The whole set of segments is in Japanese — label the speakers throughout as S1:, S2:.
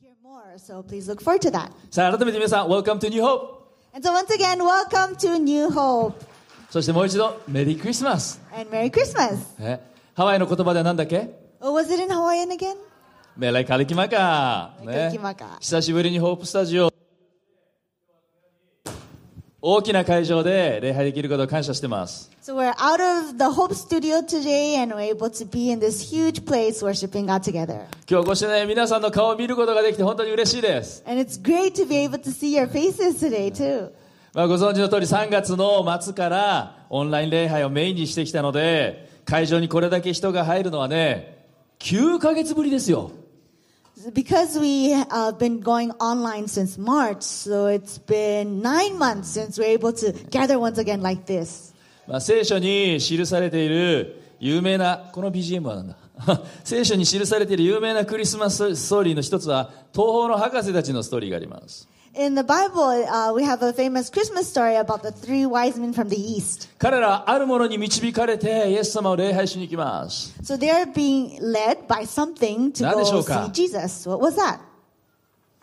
S1: hear more, so please look forward to that.
S2: さあ、改めて皆さん、Welcome to New Hope!
S1: And so, once again, welcome to New Hope
S2: そしてもう一度、メリークリスマス
S1: and Merry Christmas.
S2: えハワイの言葉では何だっけ
S1: Oh, was it in Hawaiian again?
S2: メライカリキマカ。
S1: メライカリキマカ
S2: 久しぶりにホープスタジオ。大きな会場で礼拝できることを感謝してます。
S1: So, we're out of the Hope studio today and we're able to be in this huge place worshiping God together.
S2: 今日こうしてね、皆さんの顔を見ることができて本当に嬉しいです。
S1: And it's great to be able to see your faces today, too.
S2: まあ、ご存知の通り3月の末からオンライン礼拝をメインにしてきたので、会場にこれだけ人が入るのはね、9ヶ月ぶりですよ。
S1: Because we have been going online since March, so it's been nine months since we're able to gather once again like this.
S2: まあ、聖書に記されている有名な、この BGM はなんだ 聖書に記されている有名なクリスマスストーリーの一つは、東方の博士たちのストーリーがあります。
S1: In the Bible, uh, we have a famous Christmas story about the three wise men from the East.
S2: 彼らはあるものに導かれて、イエス様を礼拝しに行きます。
S1: So they are being led by something to go
S2: 何でしょうか？
S1: see Jesus. What was that?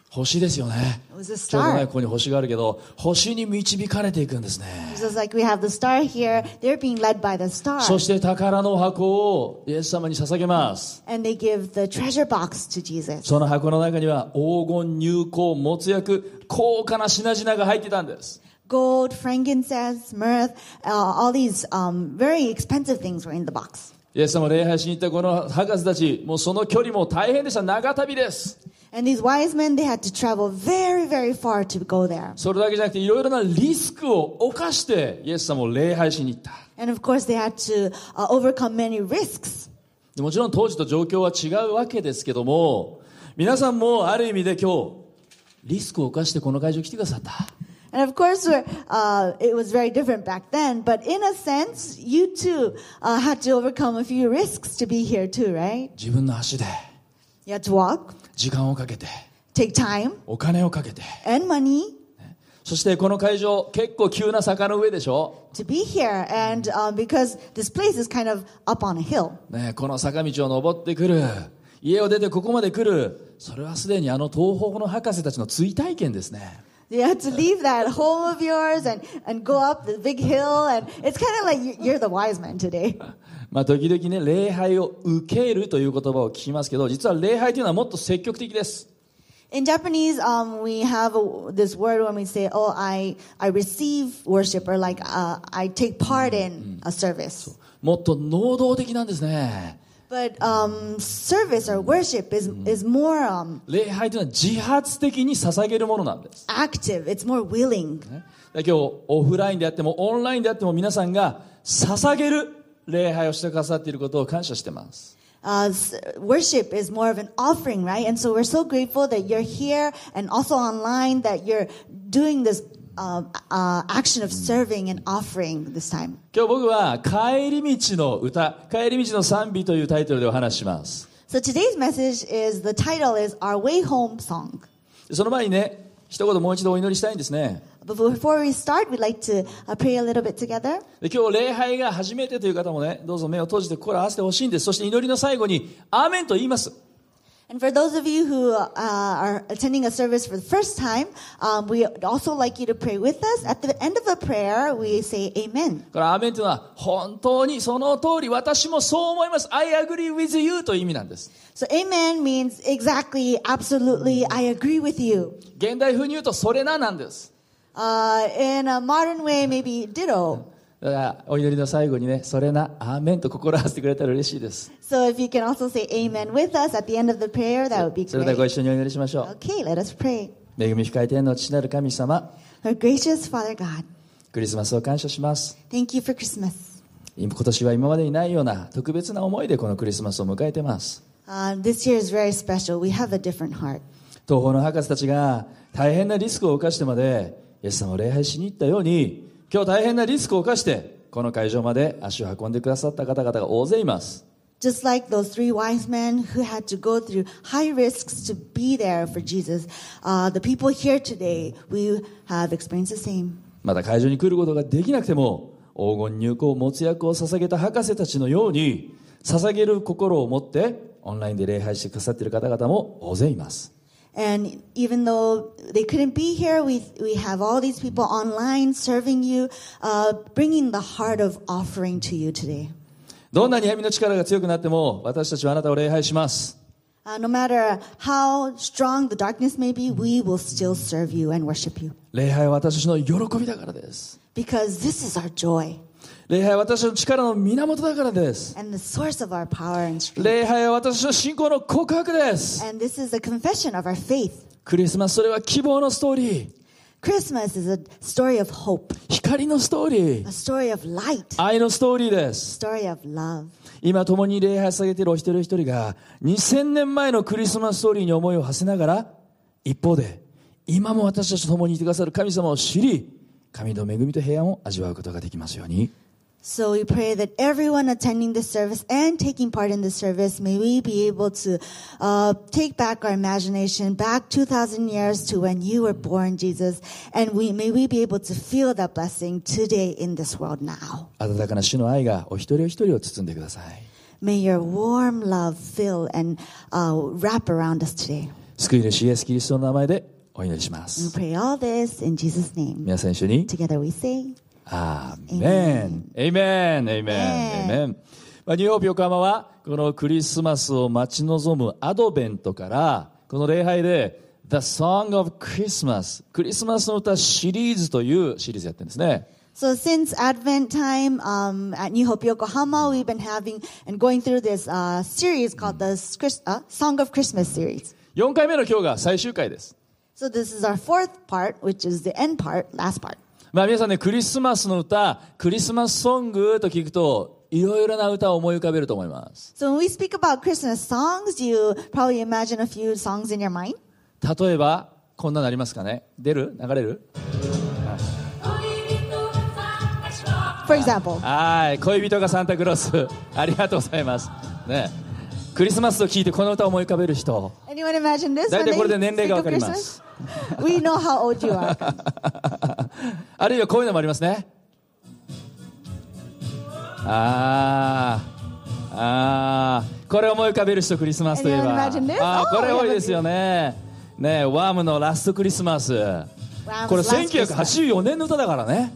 S2: 星ですよね。
S1: It was a
S2: ちょうどね、
S1: star.
S2: ここに星があるけど、星に導かれていくんですね。
S1: Just like we have the star here, they're being led by the star.
S2: そして宝の箱をイエス様に捧げます。
S1: And they give the treasure box to Jesus.
S2: その箱の中には黄金、乳香、もつ薬、高価な品々が入ってたんです。
S1: Gold, frankincense, myrrh, uh, all these um, very expensive things were in the box.
S2: イエス様を礼拝しに行ったこの博士たち、もうその距離も大変でした。長旅です。
S1: And these wise men, they had to travel very, very far to go there.
S2: それだけじゃなくて、いろいろなリスクを冒して、イエス様を礼拝しに行った。
S1: And of course, they had to uh, overcome many risks.
S2: でもちろん当時と状況は違うわけですけども、皆さんもある意味で今日、リスクを冒してこの会場に来てくださった。
S1: And of course, we're, uh, it was very different back then. But in a sense, you too uh, had to overcome a few risks to be here too, right?
S2: 自分の足で、
S1: You had to walk,
S2: 時間をかけて、
S1: take time
S2: お金をかけて、
S1: and money
S2: そしてこの会場、結構急な坂の上でしょ
S1: to be here. And uh, because this place is kind of up on a hill.
S2: ねえこの坂道を登ってくる。家を出てここまで来る。それはすでにあの東方の博士たちの追体験ですね。
S1: You had to leave that home of yours and, and go up the big hill. And it's kind of like you- you're the wise man today.
S2: まあ時々ね、礼拝を受けるという言葉を聞きますけど、実は礼拝というのはもっと積極的です。
S1: In Japanese, um, we have a, this word when we say, oh, I, I receive worship or like uh, I take part in a service.
S2: もっと能動的なんですね。
S1: But um, service or worship is is more um,
S2: 礼拝というのは自発的に捧げるものなんです。
S1: active. It's more willing.
S2: ねで今日、オフラインであっても、オンラインであっても、皆さんが捧げる礼拝をしてくださっていることを感謝してます。
S1: Uh, s- worship is more of an offering, right? And so we're so grateful that you're here and also online that you're doing this uh, uh, action of serving and offering this time.
S2: 今日僕は、帰り道の歌、帰り道の賛美というタイトルでお話しします。
S1: So today's message is the title is Our Way Home Song.
S2: その前にね、一言もう一度お祈りしたいんですね。
S1: But before we start, we'd like to uh, pray a little bit together.
S2: で今日礼拝が初めてという方もね、どうぞ目を閉じて心を合わせてほしいんです。そして祈りの最後に、アーメンと言います。
S1: And for those of you who uh, are attending a service for the first time, um, we would also like you to pray with us. At the end of the prayer, we say Amen.
S2: これアーメンというのは、本当にその通り、私もそう思います。I agree with you という意味なんです。
S1: So Amen means exactly, absolutely, I agree with you.
S2: 現代風に言うと、それななんです。
S1: Uh, in a modern way, maybe ditto.
S2: だから、お祈りの最後にね、それな、アーメンと心を合わせてくれたら嬉しいです。
S1: So if you can also say Amen with us at the end of the prayer, that would be
S2: それではご
S1: great.
S2: 一緒にお祈りしましょう。
S1: Okay, let us pray.
S2: 恵み深い天の父なる神様、
S1: Our gracious Father God,
S2: クリスマスを感謝します。
S1: thank you for Christmas.
S2: 今年は今までにないような特別な思いでこのクリスマスを迎えてます。
S1: Uh, this year is very special. We have a different heart.
S2: 東方の博士たちが大変なリスクを冒してまでイエス様を礼拝しに行ったように今日大変なリスクを冒してこの会場まで足を運んでくださった方々が大勢います
S1: Just like those three wise men who had to go through high risks to be there for Jesus, uh, the people here today, we have experienced the same.
S2: また会場に来ることができなくても黄金入港持つ役を捧げた博士たちのように捧げる心を持ってオンラインで礼拝してくださっている方々も大勢います
S1: And even though they couldn't be here, we, we have all these people online serving you, uh, bringing the heart of offering to you today.
S2: どんなに闇の力が強くなっても、私たちはあなたを礼拝します。
S1: Uh, no matter how strong the darkness may be, we will still serve you and worship you
S2: 礼拝は私たちの喜びだからです。
S1: because this is our joy
S2: 礼拝は私たちの力の源だからです。
S1: and the source of our power and strength.
S2: 礼拝は私たちの信仰の告白です。
S1: And this is the confession of our faith.
S2: クリスマス、それは希望のストーリー。
S1: Christmas is a story of hope,
S2: 光のストーリ
S1: a。
S2: ー
S1: story of light,
S2: 愛のストーリーで
S1: a
S2: す。
S1: story of love.
S2: 今共に礼拝捧げているお一人お一人が2000年前のクリスマスストーリーに思いを馳せながら一方で今も私たちと共にいてくださる神様を知り神の恵みと平安を味わうことができますように
S1: So we pray that everyone attending this service and taking part in this service, may we be able to uh, take back our imagination back 2,000 years to when you were born, Jesus, and we may we be able to feel that blessing today in this world now.
S2: 温かな主の愛がお一人お一人を包んでください
S1: May your warm love fill and uh, wrap around us today.
S2: 救い主イエス・キリストの名前でお祈りしま
S1: We
S2: す
S1: pray all this in Jesus' name.
S2: 皆さん一緒に
S1: Together we say.
S2: アーメン。エイメン。エイメン。エイメン。まあ、ニューヨーク横浜は、このクリスマスを待ち望むアドベントから、この礼拝で、The Song of Christmas クリスマスの歌シリーズというシリーズやってるんですね。
S1: So since Advent time um, at New Hope Yokohama, we've been having and going through this uh, series called the Chris- uh, Song of Christmas series.
S2: 4回目の今日が最終回です。
S1: So this is our fourth part, which is the end part, last part.
S2: まあ皆さんね、クリスマスの歌、クリスマスソングと聞くと、いろいろな歌を思い浮かべると思います。
S1: So when we speak about Christmas songs, you probably imagine a few songs in your mind.
S2: 例えば、こんなのありますかね出る流れる
S1: For example,
S2: はい、恋人がサンタクロース、 ありがとうございます。ね、クリスマスと聞いてこの歌を思い浮かべる人。
S1: anyone imagine this?
S2: 大
S1: when
S2: 体これで
S1: they
S2: 年齢
S1: speak of
S2: がわかりま
S1: Christmas?
S2: す。
S1: We know how old you are.
S2: あるいはこういうのもありますね。あーあーこれ思い浮かべる人クリスマスといえ
S1: Anyone
S2: ば
S1: imagine this?
S2: あー
S1: Oh,
S2: これ多いですよねねワームのラストクリスマスこれ
S1: Last Christmas.
S2: 1984年の歌だからね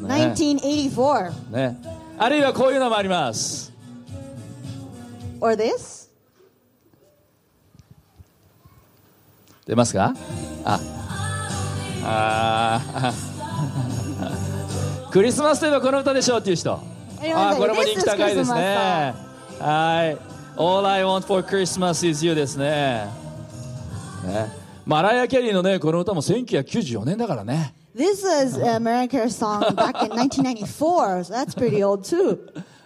S2: ね
S1: 1984.
S2: ねあるいはこういうのもあります
S1: Or this?
S2: 出ますかああー クリスマスといえばこの歌でしょうっていう人あ
S1: え
S2: ーこれも人気高いです
S1: This is Christmas
S2: ねはい「All I Want for Christmas is You」ですねねマライア・キャリーのねこの歌も1994年だからね
S1: This was a Mariah Carey song back in 1994, so that's pretty old too.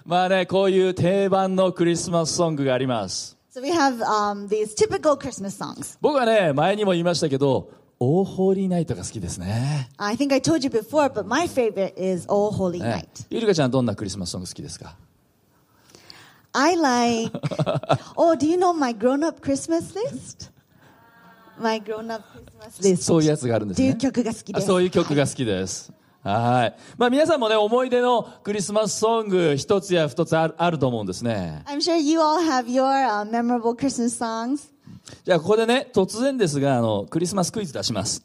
S2: まあねこういう定番のクリスマスソングがあります
S1: So we have um, these typical Christmas songs.
S2: 僕はね前にも言いましたけど「オーホーリーナイト」が好きですね
S1: I think I told you before, but my favorite is Oh Holy
S2: ね
S1: Night.
S2: ゆりかちゃんどんなクリスマスソング好きですか
S1: I like. oh, do you know my grown-up Christmas list? My grown-up Christmas list.
S2: そういうやつがあるんです
S1: とい
S2: ね
S1: う曲が好きで
S2: あ
S1: す。
S2: そういう曲が好きです。はい。まあ皆さんもね、思い出のクリスマスソング一つや二つあるあると思うんですね。
S1: I'm sure you all have your uh, memorable Christmas songs.
S2: じゃあここでね、突然ですが、あの、クリスマスクイズ出します。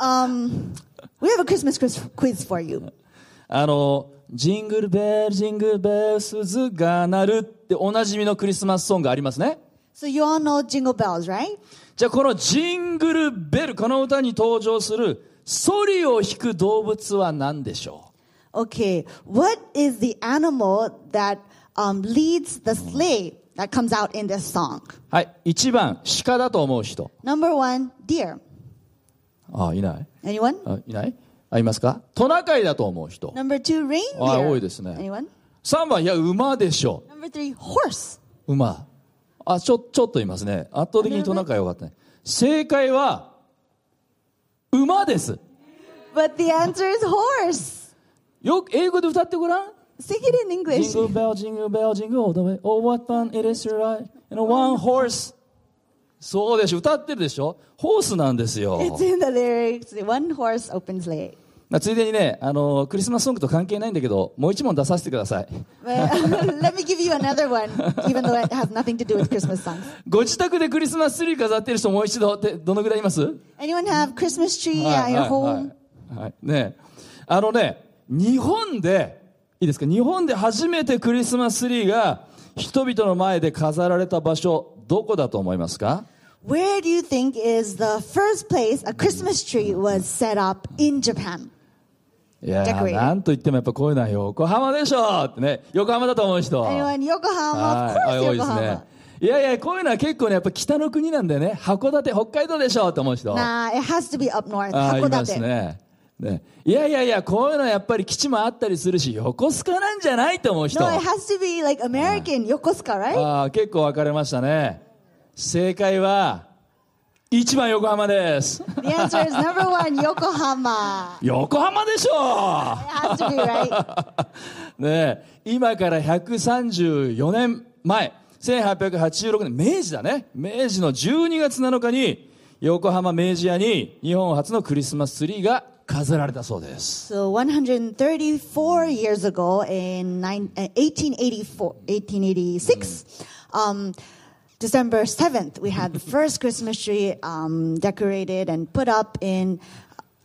S1: Um, we have a Christmas quiz- quiz for you.
S2: あの、ジングルベル、ジングルベル、鈴が鳴るっておなじみのクリスマスソングありますね。
S1: So you all know Jingle Bells, right?
S2: じゃあこのジングルベル、この歌に登場するソリを弾く動物は何でしょう
S1: Okay, what is the animal that um, leads the sleigh that comes out in this song?
S2: はい。1番、鹿だと思う人。
S1: Number one, deer.
S2: ああ、いない
S1: Anyone?
S2: あいないあいますかトナカイだと思う人。
S1: Number two, reindeer.
S2: あ多いですね
S1: Anyone?
S2: 3番、いや、馬でしょ
S1: Number three, horse.
S2: う。馬。あ、ちょ、ちょっといますね。圧倒的にトナカイが多かったね。正解は、馬です。
S1: But the answer is horse.
S2: よく、英語で歌ってごらん。
S1: Sing it in
S2: ジ
S1: English.
S2: ングルベル、ジングルベル、ジングル、all the way. Oh, what fun it is to ride in a one horse. そうでしょ。歌ってるでしょ。ホースなんですよ。
S1: It's in the lyrics. One horse opens late.
S2: まあ、ついでにね、あのクリスマスソングと関係ないんだけど、もう一問出させてください。
S1: But, let me give you another one, even though it has nothing to do with Christmas songs.
S2: ご自宅でクリスマスツリー飾ってる人もう一度ってどのぐらいいます
S1: Anyone have Christmas tree at
S2: い
S1: your
S2: は
S1: home?
S2: いはいねえあのね日本でいいですか日本で初めてクリスマスツリーが人々の前で飾られた場所どこだと思いますか
S1: Where do you think is the first place a Christmas tree was set up in Japan?
S2: いやー
S1: Decorated.
S2: なんと言ってもやっぱこういうのは横浜でしょってね横浜だと思う人
S1: Anyone? Yokohama?
S2: は
S1: Of
S2: い多
S1: course,
S2: いですね
S1: Yokohama.
S2: いやいやこういうのは結構ねやっぱ北の国なんでね函館北海道でしょって思う人
S1: Nah, it has to be up north.
S2: ああいます
S1: Hakodate.
S2: ねねいやいやいやこういうのはやっぱり基地もあったりするし横須賀なんじゃないと思う人
S1: No, it has to be like American, Yokosuka, right?
S2: ああ結構分かれましたね正解は1番横浜です
S1: The answer is number one, Yokohama.
S2: 横浜でしょ
S1: It has to be, right?
S2: ねえ今から134年前1886年明治だね明治の12月7日に横浜明治屋に日本初のクリスマスツリーが飾られたそうです
S1: So 134 years ago, in nine, uh, 1884, 1886, um, December 7th, we had the first Christmas tree um, decorated and put up in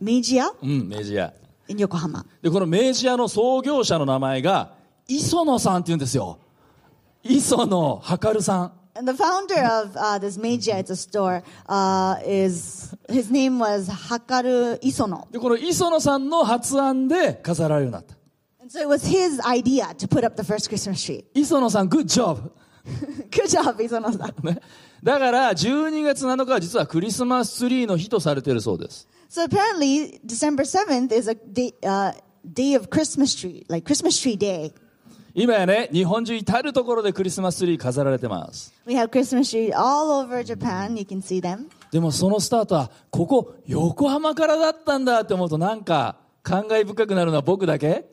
S1: Meiji-ya
S2: うん明治屋
S1: in Yokohama.
S2: でこの明治屋の創業者の名前が磯野さんって言うんですよ磯野るさん
S1: And the founder of uh, this Meiji-ya, it's a store, uh, is his name was Hakaru Isono.
S2: でこの磯野さんの発案で飾られるようになった
S1: And so it was his idea to put up the first Christmas tree.
S2: 磯野さんグッジョブ
S1: Good job, Isono-san.
S2: ねだから12月7日は実はクリスマスツリーの日とされているそうです
S1: So apparently, December 7th is a day, uh, day of Christmas tree, like Christmas tree day.
S2: 今やね日本中至る所でクリスマスツリー飾られてます
S1: We have Christmas tree all over Japan. You can see them.
S2: でもそのスタートはここ横浜からだったんだって思うとなんか感慨深くなるのは僕だけ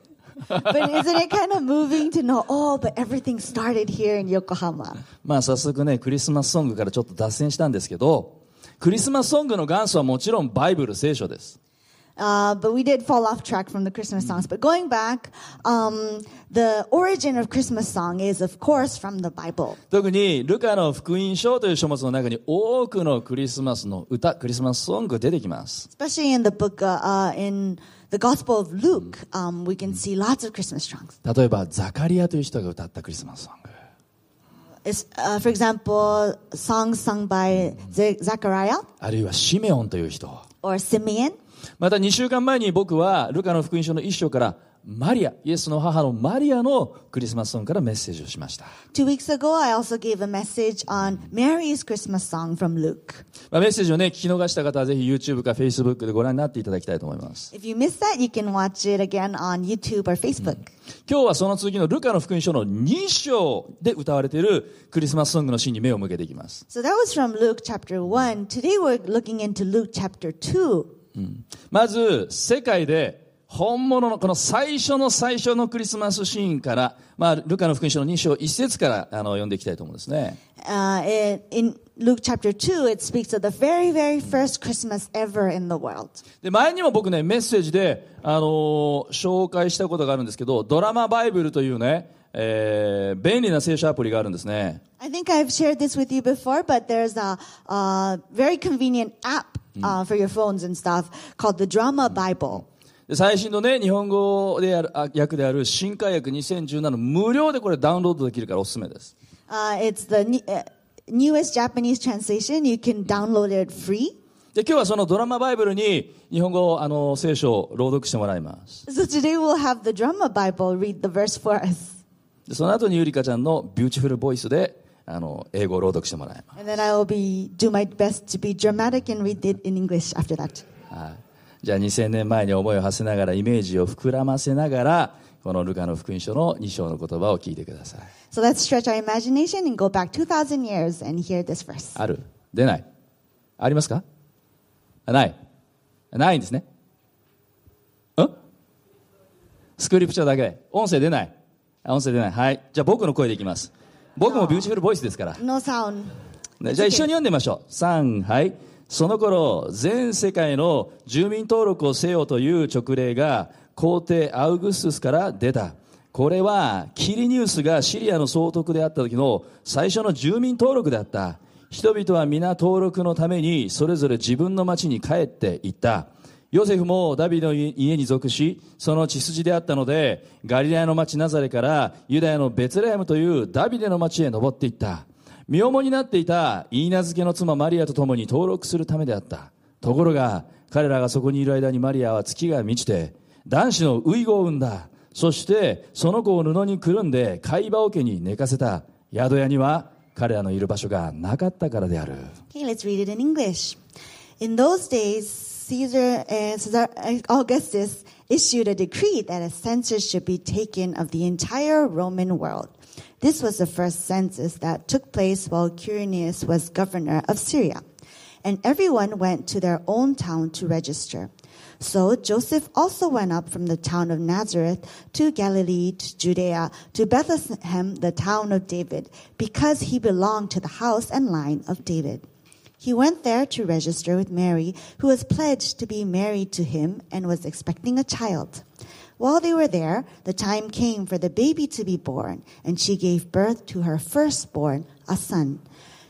S1: But isn't it kind of moving to know, oh, but everything started here in Yokohama?
S2: まあ早速ねクリスマスソングからちょっと脱線したんですけどクリスマスソングの元祖はもちろんバイブル聖書です
S1: Uh, but we did fall off track from the Christmas songs. But going back, um, the origin of Christmas song is, of course, from the Bible.
S2: 特にルカの福音書という書物の中に多くのクリスマスの歌クリスマスソング出てきます
S1: Especially in the book, uh, uh, in the Gospel of Luke, um, we can see lots of Christmas songs.
S2: 例えばザカリアという人が歌ったクリスマスソング
S1: It's, uh, for example, songs sung by Ze- Zechariah
S2: あるいはシメオンという人
S1: or Simeon.
S2: また2週間前に僕はルカの福音書の1章からマリアイエスの母のマリアのクリスマスソングからメッセージをしました、
S1: Two weeks ago, I also gave a message on Mary's Christmas song from Luke.
S2: まあ、メッセージをね聞き逃した方はぜひ YouTube か Facebook でご覧になっていただきたいと思います
S1: If you missed that, you can watch it again on YouTube or Facebook.
S2: 今日はその次のルカの福音書の2章で歌われているクリスマスソングのシーンに目を向けていきます
S1: So that was from Luke chapter 1. Today, we're looking into Luke chapter 2.
S2: まず世界で本物のこの最初の最初のクリスマスシーンから、まあ、ルカの福音書の2章1節からあの読んでいきたいと思うんですね
S1: Uh, it, in Luke chapter 2, it speaks of the very, very first Christmas ever in the world.
S2: で前にも僕ねメッセージで、あのー紹介したことがあるんですけどドラマバイブルというね、えー便利な聖書アプリがあるんですね
S1: I think I've shared this with you before, but there's a, uh very convenient app uh, for your phones and stuff called the Drama Bible.
S2: で最新のね日本語であるあ訳である新海訳2017無料でこれダウンロードできるからおすすめです
S1: Uh, it's the ne- uh, newest Japanese translation. You can download it free.
S2: で今日はそのドラマバイブルに日本語、あのー聖書を朗読してもらいます
S1: So today we'll have the Drama Bible read the verse for us.
S2: でその後にゆりかちゃんのビューティフルボイスであの英語を朗読してもらいます、
S1: And then I will be do my best to be dramatic and read it in English after that.
S2: はい、じゃあ2000年前に思いを馳せながらイメージを膨らませながらこのルカの福音書の2章の言葉を聞いてください
S1: So let's stretch our imagination and go back 2,000 years and hear this verse.
S2: ある出ないありますかあないないんですねんスクリプチャーだけ音声出ないあ音声出ないはいじゃあ僕の声でいきます僕もビューティフルボイスですから
S1: No sound.
S2: ねじゃあ一緒に読んでみましょう。三、はい。その頃、全世界の住民登録をせよという勅令が皇帝アウグストゥスから出た。これはキリニウスがシリアの総督であった時の最初の住民登録だった。人々は皆登録のためにそれぞれ自分の町に帰っていった。ヨセフもダビデの家に属し、その血筋であったので、ガリラヤの町ナザレからユダヤのベツレヘムというダビデの町へ登っていった。身重になっていたイーナ漬けの妻マリアと共に登録するためであった。ところが、彼らがそこにいる間にマリアは月が満ちて、男子のウイゴを産んだ。そして、その子を布にくるんで、貝羽桶に寝かせた。宿屋には彼らのいる場所がなかったからである。
S1: Okay, let's read it in English. In those days, Caesar, uh, Caesar uh, Augustus issued a decree that a census should be taken of the entire Roman world. This was the first census that took place while Quirinius was governor of Syria. And everyone went to their own town to register. So Joseph also went up from the town of Nazareth to Galilee, to Judea, to Bethlehem, the town of David, because he belonged to the house and line of David. He went there to register with Mary, who was pledged to be married to him and was expecting a child. While they were there, the time came for the baby to be born, and she gave birth to her firstborn, a son.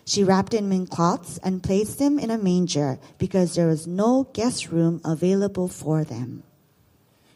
S1: She wrapped him in cloths and placed him in a manger because there was no guest room available for them.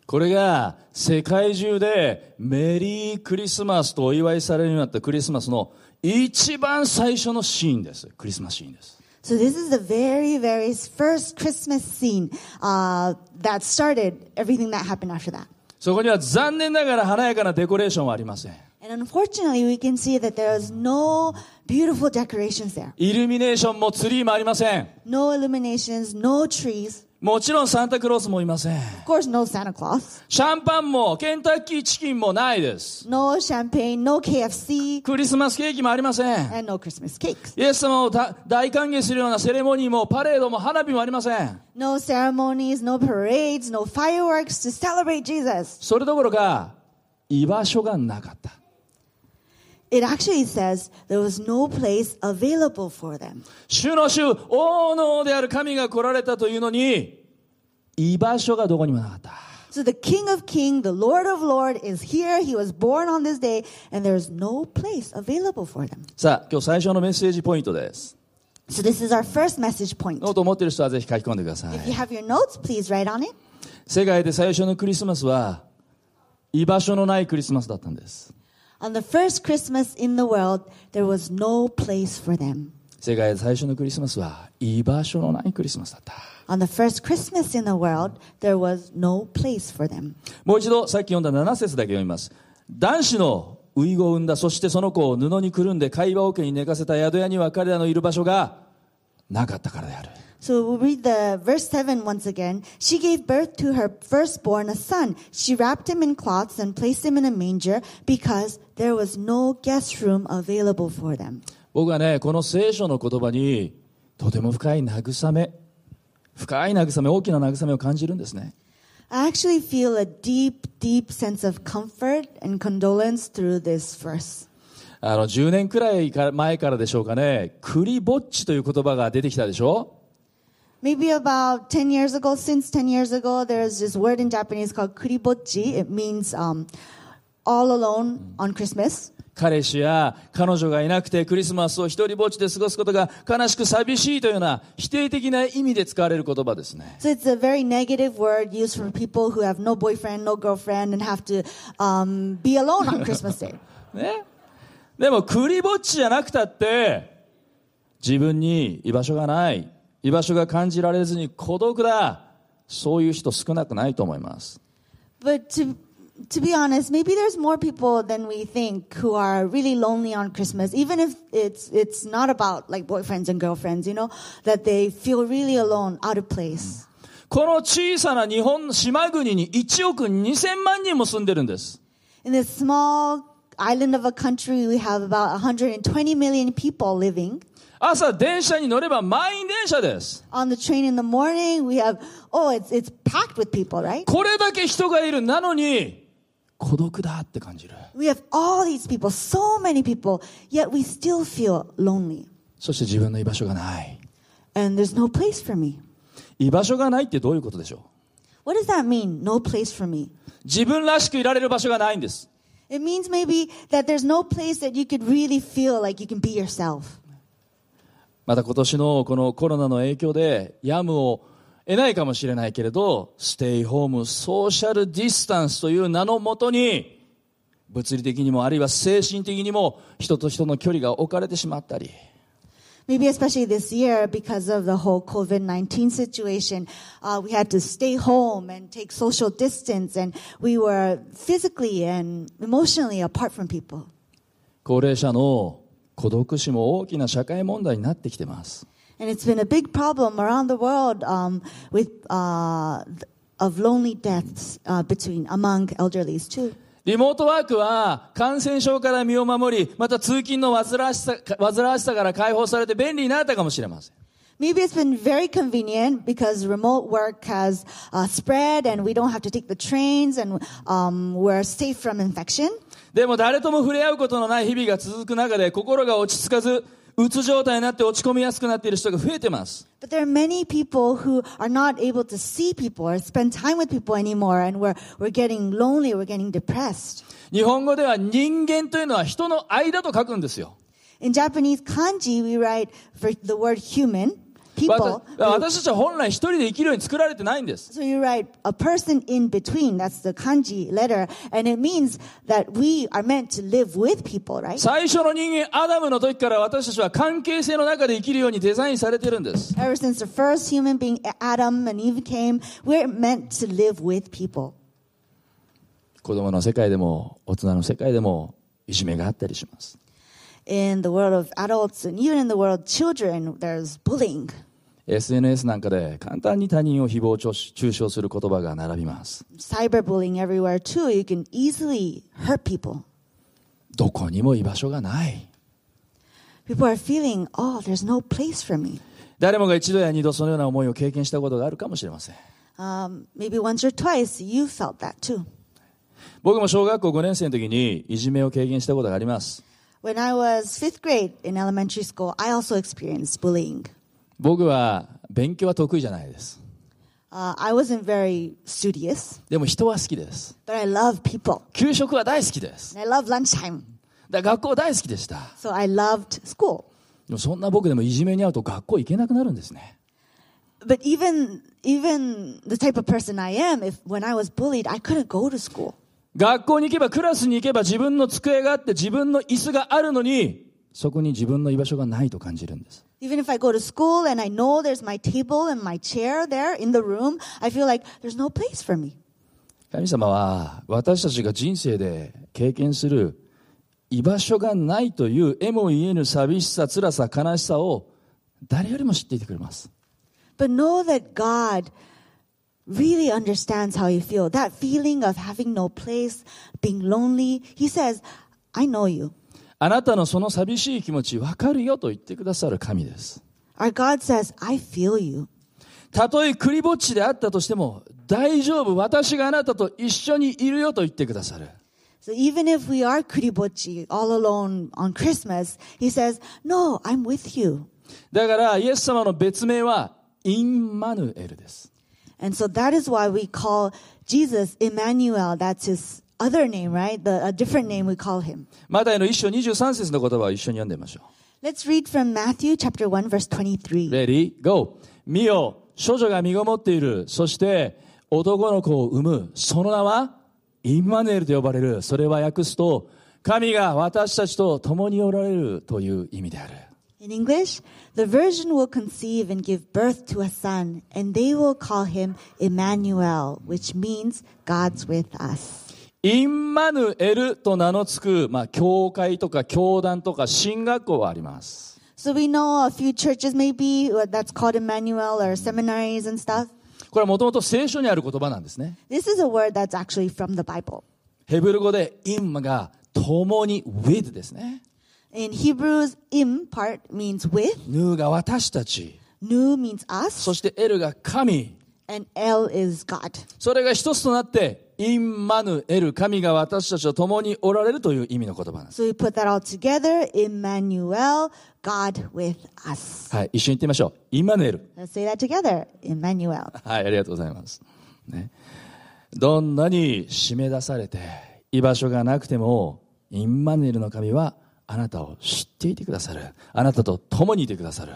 S2: これが世界中でメリークリスマスとお祝いされるようになったクリスマスの一番最初のシーンです。クリスマスシーンです。
S1: So this is the very, very first Christmas scene uh, that started everything that happened after that.
S2: そこには残念ながら華やかなデコレーションはありません。
S1: And unfortunately, we can see that there is no beautiful decorations there.
S2: イルミネーションもツリーもありません。
S1: No illuminations, no trees.
S2: もちろんサンタクロースもいません。
S1: Of course, no Santa Claus.
S2: シャンパンもケンタッキーチキンもないです。
S1: No champagne, no KFC,
S2: クリスマスケーキもありません。
S1: and no Christmas cakes.
S2: イエス様をた大歓迎するようなセレモニーもパレードも花火もありません。
S1: No ceremonies, no parades, no fireworks to celebrate Jesus.
S2: それどころか、居場所がなかった。
S1: It actually says there was no place available for them.
S2: 主の主、王の王である神が来られたというのに、居場所がどこにもなかった。
S1: So the King of King, the Lord of Lord is here. He was born on this day, and there's no place available for them.
S2: さあ、今日最初のメッセージポイントです。
S1: So this is our first message point.
S2: ノートを持っている人はぜひ書き込んでください
S1: If。you have your notes, please write on it.
S2: 世界で最初のクリスマスは、居場所のないクリスマスだったんです。
S1: On the first Christmas in the world, there was no place for them.
S2: 世界で最初のクリスマスは、居場所のないクリスマスだった。
S1: On the first Christmas in the world, there was no place for them.
S2: もう一度、さっき読んだ7節だけ読みます。男子のウイゴを産んだ、そしてその子を布にくるんで、会話桶に寝かせた宿屋には彼らのいる場所がなかったからである。
S1: So we'll read the verse 7 once again. She gave birth to her firstborn, a son. She wrapped him in cloths and placed him in a manger because there was no guest room available for them.
S2: 僕はね、この聖書の言葉に、とても深い慰め、深い慰め、大きな慰めを感じるんですね。
S1: I actually feel a deep, deep sense of comfort and condolence through this verse.
S2: あの、10年くらいから前からでしょうかね、クリぼっちという言葉が出てきたでしょ
S1: Maybe about 10 years ago, since 10 years ago, there's this word in Japanese called kuribochi. It means um, all alone on Christmas.
S2: 彼氏や彼女がいなくてクリスマスを一人ぼっちで過ごすことが悲しく寂しいというような否定的な意味で使われる言葉ですね。
S1: So it's a very negative word used for people who have no boyfriend, no girlfriend, and have to um, be alone on Christmas Day.
S2: ね。でも、クリぼっちじゃなくたって、自分に居場所がない、居場所が感じられずに孤独だ、そういう人少なくないと思います。
S1: But to to be honest, maybe there's more people than we think who are really lonely on Christmas, even if it's it's not about like boyfriends and girlfriends, you know, that they feel really alone, out of place.
S2: この小さな日本の島国に1億2000万人も住んでるんです。
S1: In this small island of a country, we have about 120 million people living.
S2: 朝電車に乗れば満員電車です。
S1: On the train in the morning, we have oh, it's it's packed with people, right?
S2: これだけ人がいる。なのに、孤独だって感じる。
S1: We have all these people, so many people, yet we still feel lonely.
S2: そして自分の居場所がない。
S1: and there's no place for me.
S2: 居場所がないってどういうことでしょ
S1: What does that mean? No place for me.
S2: う自分らしくいられる場所がないんです。
S1: It means maybe that there's no place that you could really feel like you can be yourself.
S2: また今年のこのコロナの影響でやむを得ないかもしれないけれど、ステイホーム、ソーシャルディスタンスという名のもとに、物理的にもあるいは精神的にも人と人の距離が置かれてしまったり、
S1: Maybe especially this year because of the whole COVID 19 situation, uh, we had to stay home and take social distance, and we were physically and emotionally apart from people.
S2: 高齢者の孤独死も大きな社会問題になってきてます。
S1: And it's been a big problem around the world um, with, uh, th- of lonely deaths uh, between among elderlies too.
S2: リモートワークは感染症から身を守り、また通勤の煩わしさ煩わしさから解放されて便利になったかもしれません。
S1: Maybe it's been very convenient because remote work has uh, spread and we don't have to take the trains and um, we're safe from infection.
S2: でも誰とも触れ合うことのない日々が続く中で心が落ち着かず、うつ状態になって落ち込みやすくなっている人が増えてます。
S1: But there are many people who are not able to see people or spend time with people anymore and we're, we're getting lonely, we're getting depressed.
S2: 日本語では人間というのは人の間と書くんですよ。
S1: In Japanese kanji, we write for the word human, people.
S2: わた私たちは本来一人で生きるように作られてないんです。
S1: So you write a person in between, that's the kanji letter, and it means that we are meant to live with people, right?
S2: 最初の人間、アダムの時から私たちは関係性の中で生きるようにデザインされてるんです。
S1: Ever since the first human being, Adam and Eve came, we're meant to live with people.
S2: 子供の世界でも、大人の世界でも、いじめがあったりします。
S1: In the world of adults and even in the world of children, there's bullying.
S2: SNS なんかで簡単に他人を誹謗中傷する言葉が並びます。
S1: Cyberbullying everywhere too. You can easily hurt people.
S2: どこにも居場所がない。
S1: People are feeling, oh, there's no place for me.
S2: 誰もが一度や二度そのような思いを経験したことがあるかもしれません。
S1: Um, maybe once or twice you felt that too.
S2: 僕も小学校5年生の時にいじめを経験したことがあります。
S1: When I was fifth grade in elementary school, I also experienced bullying.
S2: 僕は勉強は得意じゃないです。
S1: Uh, I wasn't very studious,
S2: でも人は好きです。
S1: but I love people.
S2: 給食は大好きです。
S1: And I love lunchtime.
S2: だ学校大好きでした。
S1: So I loved school.
S2: でもそんな僕でもいじめに遭うと学校行けなくなるんですね。
S1: But even, even the type of person I am, if when I was bullied, I couldn't go to school.
S2: 学校に行けばクラスに行けば自分の机があって自分の椅子があるのに、そこに自分の居場所がないと感じるんです。
S1: Even if I go to school and I know there's my table and my chair there in the room, I feel like there's no place for me.
S2: 神様は私たちが人生で経験する居場所がないというえも言えぬ寂しさ、辛さ、悲しさを誰よりも知っていてくれます。
S1: But know that God really understands how you feel. That feeling of having no place, being lonely. He says, I know you.
S2: あなたのその寂しい気持ちわかるよと言ってくださる神です。
S1: Our God says, I feel you.
S2: たとえクリぼっちであったとしても大丈夫、私があなたと一緒にいるよと言ってくださる。
S1: So even if we are kuribochi, all alone on Christmas, he says, No, I'm with you.
S2: だからイエス様の別名はインマヌエルです。
S1: And so that is why we call Jesus Emmanuel. That's his other name, right? The, a different name we call him.
S2: マタイの一章23節の言葉を一緒に読んでみましょう。
S1: Let's read from Matthew chapter 1 verse 23.
S2: レディー、ゴー。見よ、処女が身ごもっている。そして、男の子を産む。その名は、インマヌエルと呼ばれる。それは訳すと、神が私たちと共におられるという意味である。
S1: In English, the virgin will conceive and give birth to a son, and they will call him Emmanuel, which means God's with us.
S2: インマヌエルと名の付く、まあ、教会とか教団とか神学校はあります。
S1: So we know a few churches maybe uh, that's called Emmanuel or seminaries and stuff.
S2: これはもともと聖書にある言葉なんですね。
S1: This is a word that's actually from the Bible.
S2: ヘブル語でインマが共に with ですね。
S1: In Hebrews, im part means with,
S2: ヌーが私たち、
S1: nu means us,
S2: そしてエルが神、
S1: and L is God.
S2: それが一つとなって、インマヌエル、神が私たちと共におられるという意味の言葉なんです。
S1: So we put that all together Emmanuel, God with us.
S2: はい、一緒に言ってみましょう。インマヌエル。
S1: Let's say that together Emmanuel.
S2: はい、ありがとうございます。ね、どんなに締め出されて、居場所がなくても、インマヌエルの神はあなたを知っていてくださる。あなたと共にいてくださる。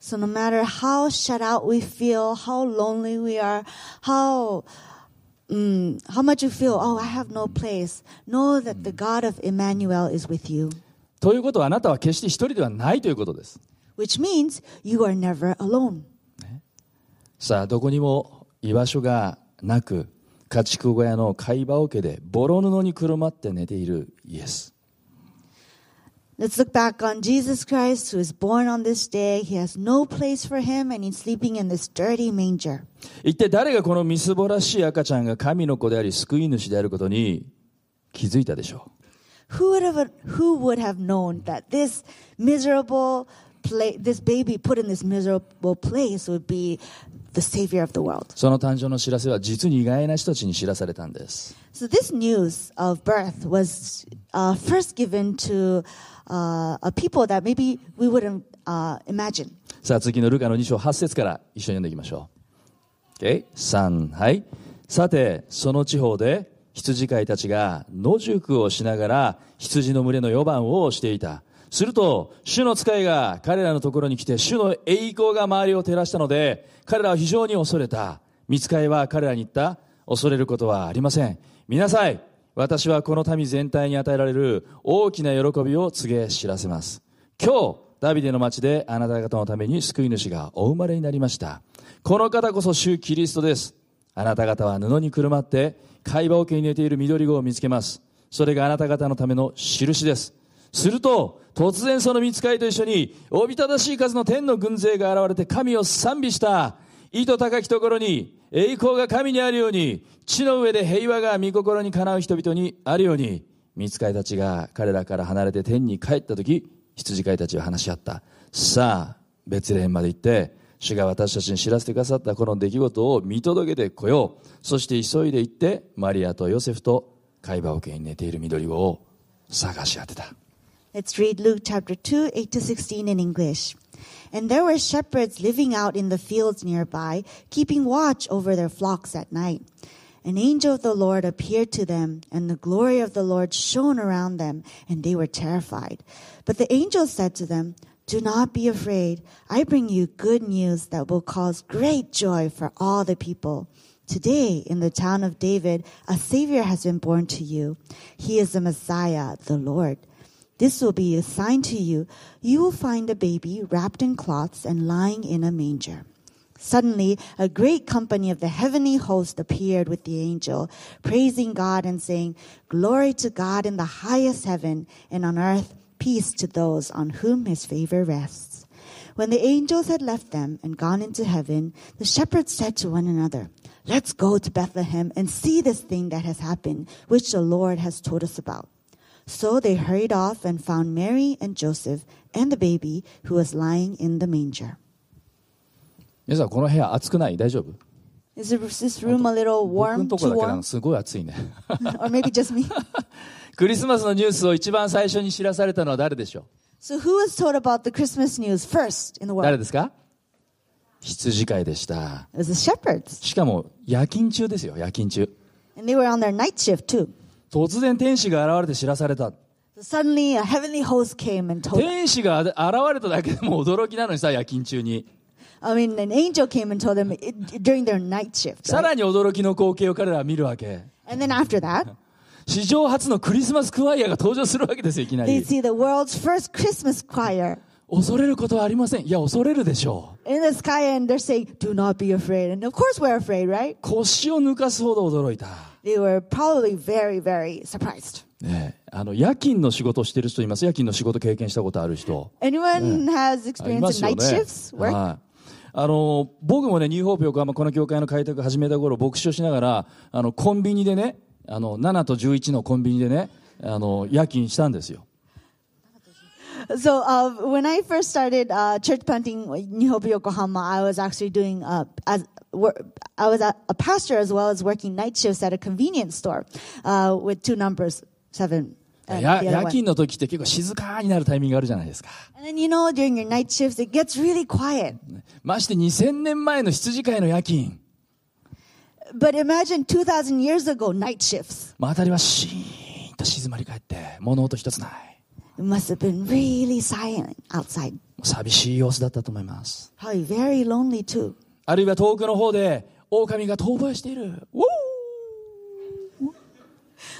S1: So no matter how shut out we feel, how lonely we are, how mm, how much you feel, oh, I have no place, know that the God of Emmanuel is with you,
S2: ということはあなたは決して一人ではないということです。
S1: which means you are never alone.
S2: さあどこにも居場所がなく家畜小屋の貝羽桶でボロ布にくるまって寝ているイエス
S1: Let's look back on Jesus Christ, who is born on this day. He has no place for him, and he's sleeping in this dirty manger.
S2: 一体誰がこのみすぼらしい赤ちゃんが神の子であり救い主であることに気づいたでしょ
S1: Who would have, who would have known that this miserable pla this baby put in this miserable place would be the savior of the
S2: う
S1: world?
S2: その誕生の知らせは実に意外な人たちに知らされたんです
S1: So this news of birth was uh, first given to uh, a people that maybe we wouldn't uh, imagine.
S2: さあ次のルカの2章8節から一緒に読んでいきましょう OK3 はいさてその地方で羊飼いたちが野宿をしながら羊の群れの4番をしていたすると主の使いが彼らのところに来て主の栄光が周りを照らしたので彼らは非常に恐れた見つかいは彼らに言った恐れることはありません見なさい私はこの民全体に与えられる大きな喜びを告げ知らせます今日、ダビデの町であなた方のために救い主がお生まれになりました。この方こそ主キリストです。あなた方は布にくるまって、貝羽桶に寝ている緑子を見つけます。それがあなた方のための印です。すると、突然その見つかりと一緒に、おびただしい数の天の軍勢が現れて神を賛美した。意図高きところに栄光が神にあるように、地の上で平和が御心にかなう人々にあるように、見つかいたちが彼らから離れて天に帰った時、羊飼いたちは話し合った。さあ、ベツレヘムまで行って、主が私たちに知らせてくださったこの出来事を見届けてこよう。そして急いで行って、マリアとヨセフと貝羽桶に寝ている緑子を探し当てた。
S1: Let's read Luke chapter 2, 8 to 16 in English. And there were shepherds living out in the fields nearby, keeping watch over their flocks at night. An angel of the Lord appeared to them, and the glory of the Lord shone around them, and they were terrified. But the angel said to them, Do not be afraid. I bring you good news that will cause great joy for all the people. Today, in the town of David, a Savior has been born to you. He is the Messiah, the Lord. This will be a sign to you. You will find a baby wrapped in cloths and lying in a manger. Suddenly, a great company of the heavenly host appeared with the angel, praising God and saying, Glory to God in the highest heaven, and on earth, peace to those on whom his favor rests. When the angels had left them and gone into heaven, the shepherds said to one another, Let's go to Bethlehem and see this thing that has happened, which the Lord has told us about. So they hurried off and found Mary and Joseph and the baby who was lying in the manger.
S2: 皆さん、この部屋暑くない大丈夫
S1: Is this this room a little
S2: 僕の
S1: warm?
S2: と
S1: Too
S2: こだけな
S1: warm?
S2: んかすごい暑いね。
S1: or maybe just me?
S2: クリスマスのニュースを一番最初に知らされたのは誰でしょ
S1: So who was told about the Christmas news first in the
S2: う誰
S1: world?
S2: ですか羊飼いでした。
S1: It was the shepherds.
S2: しかも夜勤中ですよ、夜勤中。
S1: And they were on their night shift too.
S2: 突然天使が現れて知らされた。
S1: So suddenly a heavenly host came and told
S2: 天使が現れただけでも驚きなのにさ、夜勤中に。
S1: I mean, an angel came and told them it, during their night shift.
S2: さ
S1: right?
S2: らに驚きの光景を彼らは見るわけ。
S1: And then after that,
S2: 史上初のクリスマスクワイアが登場するわけですよ、いきな
S1: they
S2: り。
S1: see the world's first Christmas choir
S2: 恐れることはありません。いや、恐れるでしょう。
S1: in the sky, and they're saying, "Do not be afraid." And of course, we're afraid, right?
S2: 腰を抜かすほど驚いた。
S1: They were probably very, very surprised.
S2: ねえあの、夜勤の仕事をしてる人います夜勤の仕事経験したことある人。
S1: Anyone has
S2: ありま
S1: experience
S2: す
S1: in
S2: よ
S1: night
S2: ね
S1: shifts。work?
S2: はい。あの、僕もね、ニューホープ横浜この教会の開拓始めた頃、牧師をしながら、あの、コンビニでね、あの、7と11のコンビニでね、あの、夜勤したんですよ。
S1: So uh, when I first started uh, church planting New Hope Yokohama, I was actually doing uh, as wor- I was a, a pastor as well as working night shifts at a convenience store uh, with two numbers seven. and
S2: や
S1: the other
S2: 夜
S1: one.
S2: 勤の時って結構静かになるタイミングがあるじゃないですか。
S1: And then you know during your night shifts it gets really quiet.
S2: まして2000年前の羊飼いの夜勤。
S1: But imagine 2,000 years ago night shifts.
S2: まあ、辺りはシーンと静まり返って、物音一つない。
S1: It must have been really silent outside.
S2: もう寂しい様子だったと思います。
S1: Probably very lonely too.
S2: あるいは遠くの方で、狼が遠吠えしている。ウォー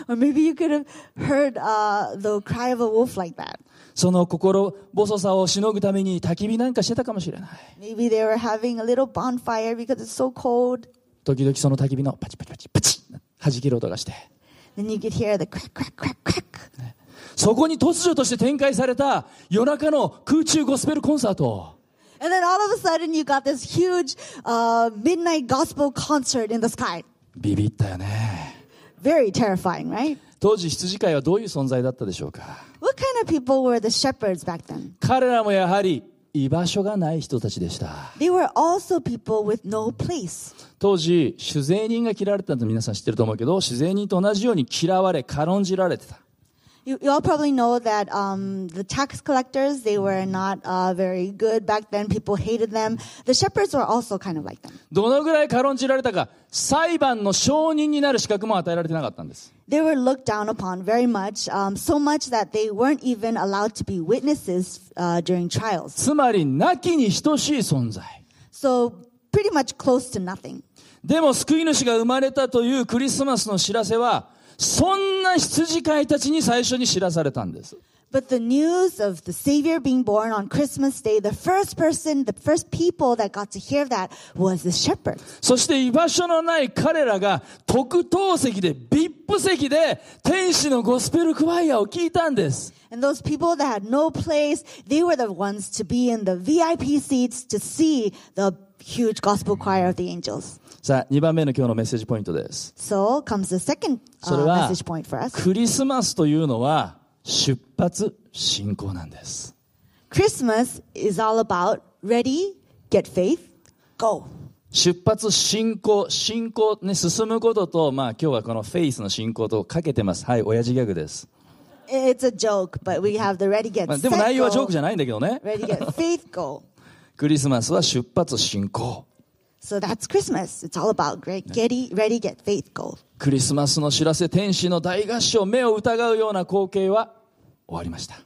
S1: Or maybe you could have heard uh, the cry of a wolf like that.
S2: その心細さをしのぐために焚き火なんかしてたかもしれない。
S1: Maybe they were having a little bonfire because it's so cold.
S2: 時々その焚き火のパチパチパチパチ弾ける音がして。
S1: Then you could hear the crack, crack, crack, crack.
S2: そこに突如として展開された夜中の空中ゴスペルコンサート。
S1: And then all of a sudden, you got this huge uh, midnight gospel concert in the sky.
S2: ビビったよね。
S1: Very terrifying, right?
S2: 当時羊飼いはどういう存在だったでしょうか
S1: What kind of people were the shepherds back then?
S2: 彼らもやはり居場所がない人たちでした。
S1: They were also people with no place.
S2: 当時、主税人が嫌われてたの皆さん知ってると思うけど、主税人と同じように嫌われ、軽んじられてた。
S1: You, you all probably know that um, the tax collectors, they were not uh, very good back then. People hated them. The shepherds were also kind of like them.
S2: どのぐらい軽んじられたか、裁判の証人になる資格も与えられてなかったんです。
S1: They were looked down upon very much, um, so much that they weren't even allowed to be witnesses uh, during trials.
S2: つまり、なきに等しい存在。
S1: So pretty much close to nothing.
S2: でも、救い主が生まれたというクリスマスの知らせは、そんな羊飼いたちに最初に知らされたんです。
S1: But the news of the Savior being born on Christmas Day, the first person, the first people that got to hear that was the shepherds.
S2: そして居場所のない彼らが特等席で VIP 席で天使のゴスペルクワイアを聞いたんです。
S1: And those people that had no place, they were the ones to be in the VIP seats to see the huge gospel choir of the angels.
S2: さあ、2番目の今日のメッセージポイントです。
S1: So comes the second
S2: それ
S1: uh,
S2: は
S1: message point for us.
S2: クリスマスというのは出発進行なんです。
S1: Christmas is all about ready, get faith, go.
S2: 出発進行、進行ね、進むことと、まあ今日はこのフェイスの進行とかけてます。はい、親父ギャグです。
S1: It's a joke, but we have the ready, get
S2: まあ、で
S1: set,
S2: も内容はジョーク
S1: go.
S2: じゃないんだけどね。
S1: Ready, get faith, go.
S2: クリスマスは出発進行。
S1: So that's Christmas. It's all about great, getty, ready, get faith, go.
S2: クリスマスの知らせ、天使の大合唱、目を疑うような光景は終わりました。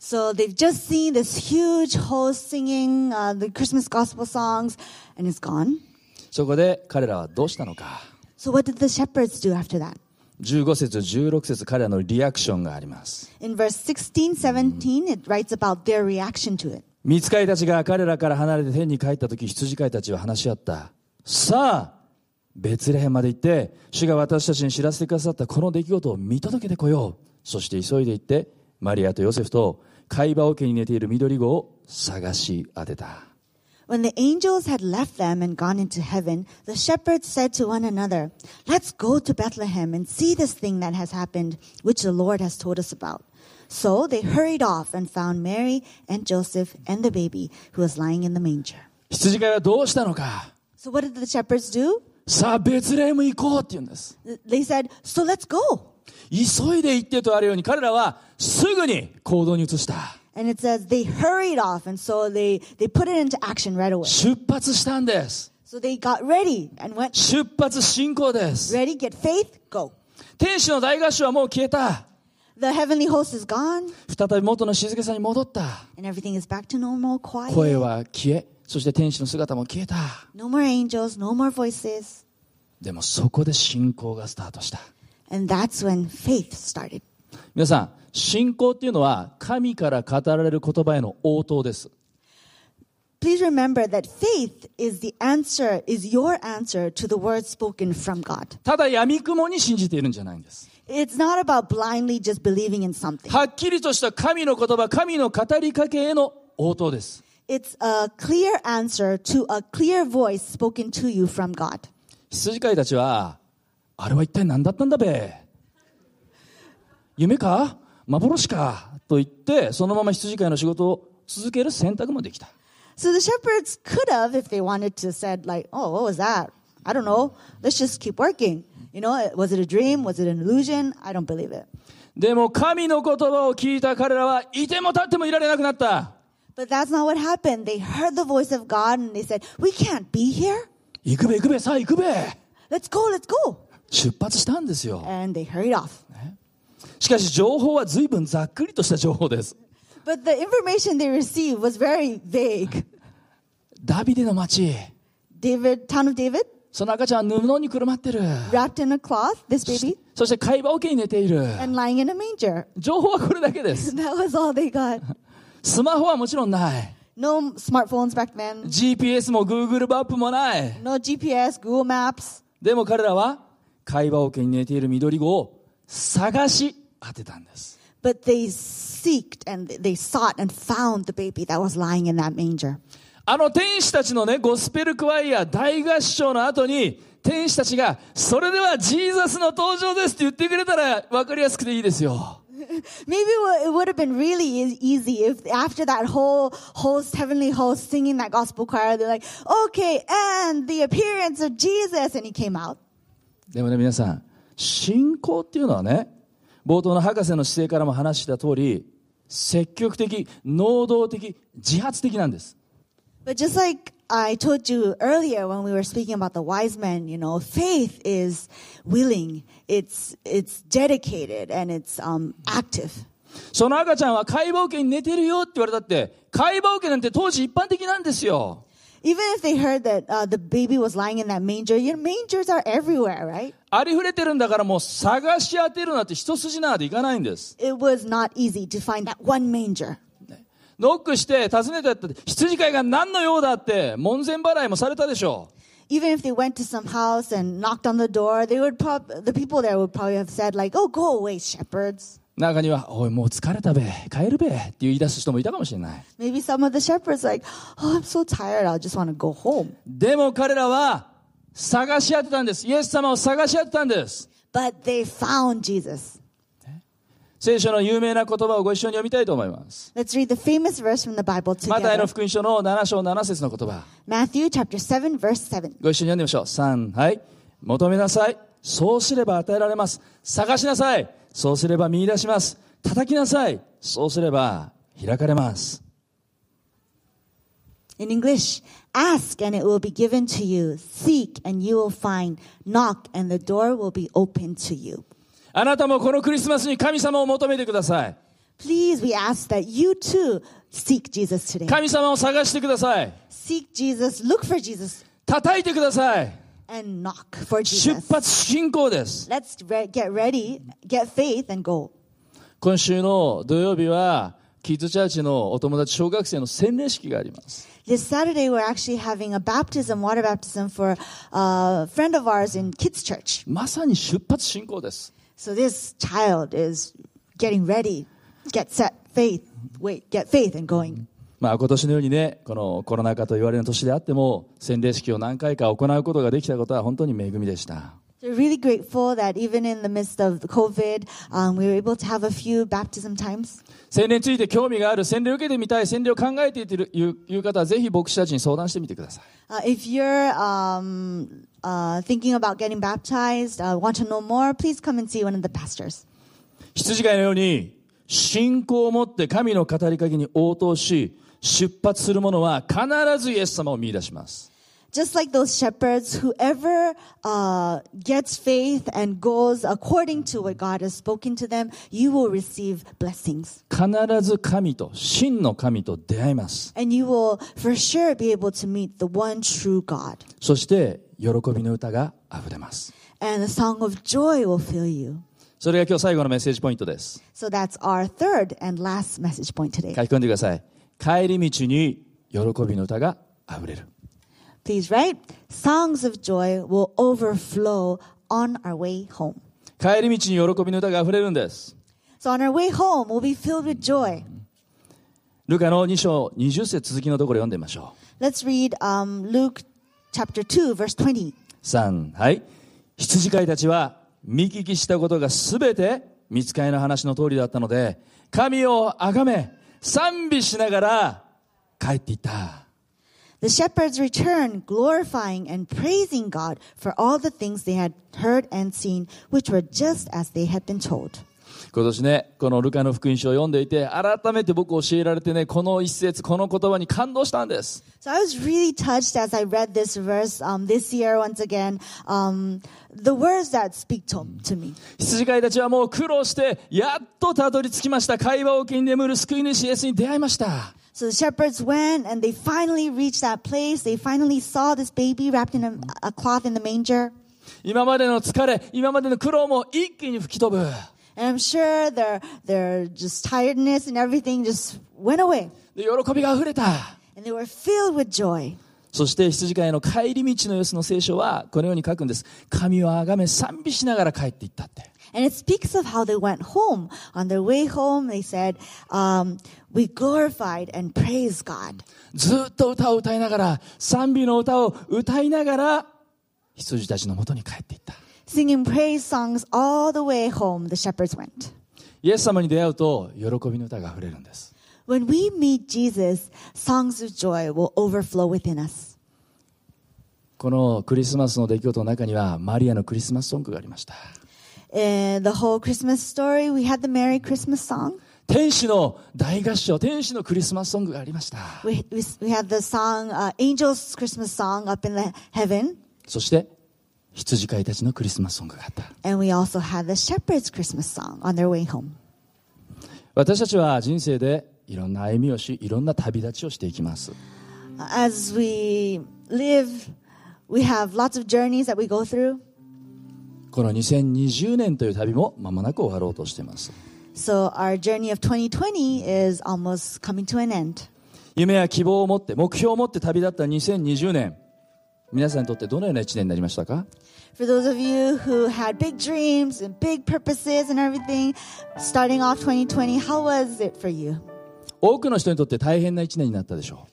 S1: So they've just seen this huge host singing uh, the Christmas gospel songs, and it's gone.
S2: そこで彼らはどうしたのか。
S1: So what did the shepherds do after that?
S2: 15節、16節、彼らのリアクションがあります。
S1: In verse 16, 17, it writes about their reaction to it.
S2: 見つかいたちが彼らから離れて天に帰った時、羊飼いたちは話し合った。さあ、ベツレヘムまで行って、主が私たちに知らせてくださったこの出来事を見届けてこよう。そして急いで行って、マリアとヨセフと、貝羽桶に寝ている緑子を探し当てた。
S1: When the angels had left them and gone into heaven, the shepherds said to one another, Let's go to Bethlehem and see this thing that has happened, which the Lord has told us about. So they hurried off and found Mary and Joseph and the baby who was lying in the manger.
S2: 羊飼いはどうしたのか。
S1: So what did the shepherds do?
S2: さあ、ベツレヘム行こうって言うんです。
S1: They said, So let's go.
S2: 急いで行ってとあるように彼らはすぐに行動に移した。
S1: And it says they hurried off and so they, they put it into action right away.
S2: 出発したんです。
S1: So they got ready and went,
S2: 出発進行です。
S1: Ready, get faith, go.
S2: 天使の大合唱はもう消えた。
S1: The heavenly host is gone
S2: 再び元の静けさに戻った。
S1: and everything is back to normal, quiet.
S2: 声は消え、そして天使の姿も消えた。
S1: No more angels, no more voices.
S2: でもそこで信仰がスタートした。
S1: And that's when faith started.
S2: 皆さん、信仰っていうのは神から語られる言葉への応答です。
S1: Please remember that faith is the answer, is your answer to the word spoken from God.
S2: ただ闇雲に信じているんじゃないんです。
S1: It's not about blindly just believing in something.
S2: はっきりとした神の言葉、神の語りかけへの応答です。
S1: It's a clear answer to a clear voice spoken to you from God.
S2: 羊飼いたちは、あれは一体何だったんだべ夢か幻かと言ってそのまま羊飼いの仕事を続ける選択もできた
S1: So the shepherds could have, if they wanted to, said like, "Oh, what was that? I don't know. Let's just keep working." You know, was it a dream? Was it an illusion? I don't believe it.
S2: でも神の言葉を聞いた彼らはいても立ってもいられなくなった
S1: But that's not what happened. They heard the voice of God and they said, "We can't be here.
S2: 行くべ行くべさあ行くべ
S1: Let's go. Let's go."
S2: 出発したんですよ
S1: And they hurried off.
S2: しかし情報は随分ざっくりとした情報です
S1: But the information they received was very vague.
S2: ダビデの町
S1: David, town of David,
S2: その赤ちゃんは布にくるまってる
S1: wrapped in a cloth, this
S2: そし
S1: baby,
S2: そして貝羽桶に寝ている
S1: and lying in a manger.
S2: 情報はこれだけです
S1: That was all they got.
S2: スマホはもちろんない
S1: No smartphones back then.
S2: GPS も Google マップもない
S1: No GPS, Google Maps.
S2: でも彼らは貝羽桶に寝ている緑子を探し当てたんです
S1: But they seeked and they sought and found the baby that was lying in that manger.
S2: あの天使たちのねゴスペルクワイア大合唱の後に天使たちが「それではジーザスの登場です」って言ってくれたら分かりやすくていいですよ
S1: Maybe it wa- it would have been really e- easy if after that whole host, heavenly host singing that gospel choir, they're like, okay, and the appearance of Jesus, and he came out.
S2: でもね皆さん信仰っていうのはね冒頭の博士の姿勢からも話した通り積極的能動的自発的なんです
S1: But just like I told you earlier when we were speaking about the wise men, you know, faith is willing, it's it's dedicated, and it's um, active.
S2: その赤ちゃんは解剖家に寝てるよって言われたって、解剖家なんて当時一般的なんですよ。
S1: Even if they heard that uh, the baby was lying in that manger, you know, mangers are everywhere, right?
S2: ありふれてるんだからもう探し当てるなんて一筋縄でいかないんです。
S1: It was not easy to find that one manger.
S2: ノックして訪ねてやったって、羊飼いが何の用だって門前払いもされたでしょう。
S1: Even if they went to some house and knocked on the door, they would prob- the people there would probably have said like, "Oh, go away, shepherds."
S2: 中には、おいもう疲れたべ、帰るべって言い出す人もいたかもしれない。
S1: Maybe some of the shepherds like, "Oh, I'm so tired. I just want to go home."
S2: でも彼らは探し当てたんです。イエス様を探し当てたんです。
S1: But they found Jesus.
S2: 聖書の有名な言葉をご一緒に読みたいと思います。
S1: Let's read the famous verse from the Bible
S2: マタイの
S1: together.
S2: 福音書の7章7節の言葉。
S1: Matthew chapter 7 verse 7.
S2: ご一緒に読んでみましょう。3、はい。求めなさい。そうすれば与えられます。探しなさい。そうすれば見出します。叩きなさい。そうすれば開かれます。
S1: In English, ask and it will be given to you. Seek and you will find. Knock and the door will be opened to you.
S2: あなたもこのクリスマスに神様を求めてください。
S1: Please, we ask that you too seek Jesus today.
S2: 神様を探してください。
S1: Seek Jesus, look for Jesus,
S2: 叩いてください。
S1: and knock for
S2: 出
S1: Jesus.
S2: 発進行です。
S1: Let's re- get ready, get faith, and go.
S2: 今週の土曜日は、キッズチャーチのお友達、小学生の洗礼式があります。
S1: This Saturday, we're actually having a baptism, water baptism, for a friend of ours in kids' church.
S2: まさに出発進行です。
S1: So this child is getting ready, get set, faith, wait, get faith, and going.
S2: まあ今年のようにね、このコロナ禍と言われる年であっても、洗礼式を何回か行うことができたことは本当に恵みでした。
S1: We're really grateful that even in the midst of the COVID, um, we were able to have a few baptism times.
S2: 洗礼について興味がある、洗礼を受けてみたい、洗礼を考えているいういう方は、ぜひ牧師たちに相談してみてください。
S1: Uh, if you're um, uh, thinking about getting baptized, uh, want to know more, please come and see one of the pastors.
S2: 羊飼いのように、信仰を持って神の語りかけに応答し、出発する者は必ずイエス様を見出します。
S1: Just like those shepherds, whoever uh, gets faith and goes according to what God has spoken to them, you will receive blessings.
S2: 必ず神と、真の神と出会います。
S1: And you will for sure be able to meet the one true God.
S2: そして、喜びの歌が溢れます。
S1: And the song of joy will fill you.
S2: それが今日最後のメッセージポイントです。
S1: So that's our third and last message point today.
S2: 書き込んでください。帰り道に喜びの歌があふれる。
S1: Please write Songs of joy will overflow on our way home.
S2: 帰り道に喜びの歌があふれるんです。
S1: So on our way home, we'll be filled with joy.
S2: ルカの2章20節続きのところ読んでみましょ
S1: Let's read um, Luke chapter 2, verse 20.
S2: う。3、はい。羊飼いたちは見聞きしたことがすべて見つかりの話の通りだったので、神を崇め、賛美しながら帰っていった。
S1: The shepherds returned, glorifying and praising God for all the things they had heard and seen, which were just as they had been told.
S2: 今年ね、このルカの福音書を読んでいて、改めて僕教えられてね、この一節、この言葉に感動したんです。
S1: So I was really touched as I read this verse um, this year once again. Um, the words that speak to, to me.
S2: 羊飼いたちはもう苦労して、やっとたどり着きました。会話をに眠る救い主イエスに出会いました。
S1: So the shepherds went and they finally reached that place. They finally saw this baby wrapped in a, a cloth in the manger.
S2: 今までの疲れ、今までの苦労も一気に吹き飛ぶ。
S1: And I'm sure their, their just tiredness and everything just went away.
S2: で喜びが溢れた。
S1: And they were filled with joy.
S2: そして羊飼いの帰り道の様子の聖書はこのように書くんです。神をあがめ賛美しながら帰っていったって。
S1: And it speaks of how they went home. On their way home, they said, um, We glorified and praised God.
S2: ずっと歌を歌いながら、賛美の歌を歌いながら、羊たちのもとに帰っていった。
S1: Singing praise songs all the way home, the shepherds went.
S2: イエス様に出会うと、喜びの歌が溢れるんです。
S1: When we meet Jesus, songs of joy will overflow within us.
S2: このクリスマスの出来事の中には、マリアのクリスマスソングがありました。
S1: In Eh, the whole Christmas story, we had the Merry Christmas song.
S2: 天使の大合唱、天使のクリスマスソングがありました。
S1: We, we, we had the song, uh, Angel's Christmas song up in the heaven.
S2: そして、羊飼いたちのクリスマスソングがあった。
S1: And we also had the shepherd's Christmas song on their way home.
S2: 私たちは人生でいろんな歩みをし、いろんな旅立ちをしていきます。
S1: As we live, we have lots of journeys that we go through.
S2: この2020年という旅も間もなく終わろうとしています。
S1: So our journey of 2020 is almost coming to an end.
S2: 夢や希望を持って、目標を持って旅立った2020年。皆さんにとってどのような1年になりましたか
S1: For those of you who had big dreams and big purposes and everything, starting off 2020, how was it for you?
S2: 多くの人にとって大変な1年になったでしょ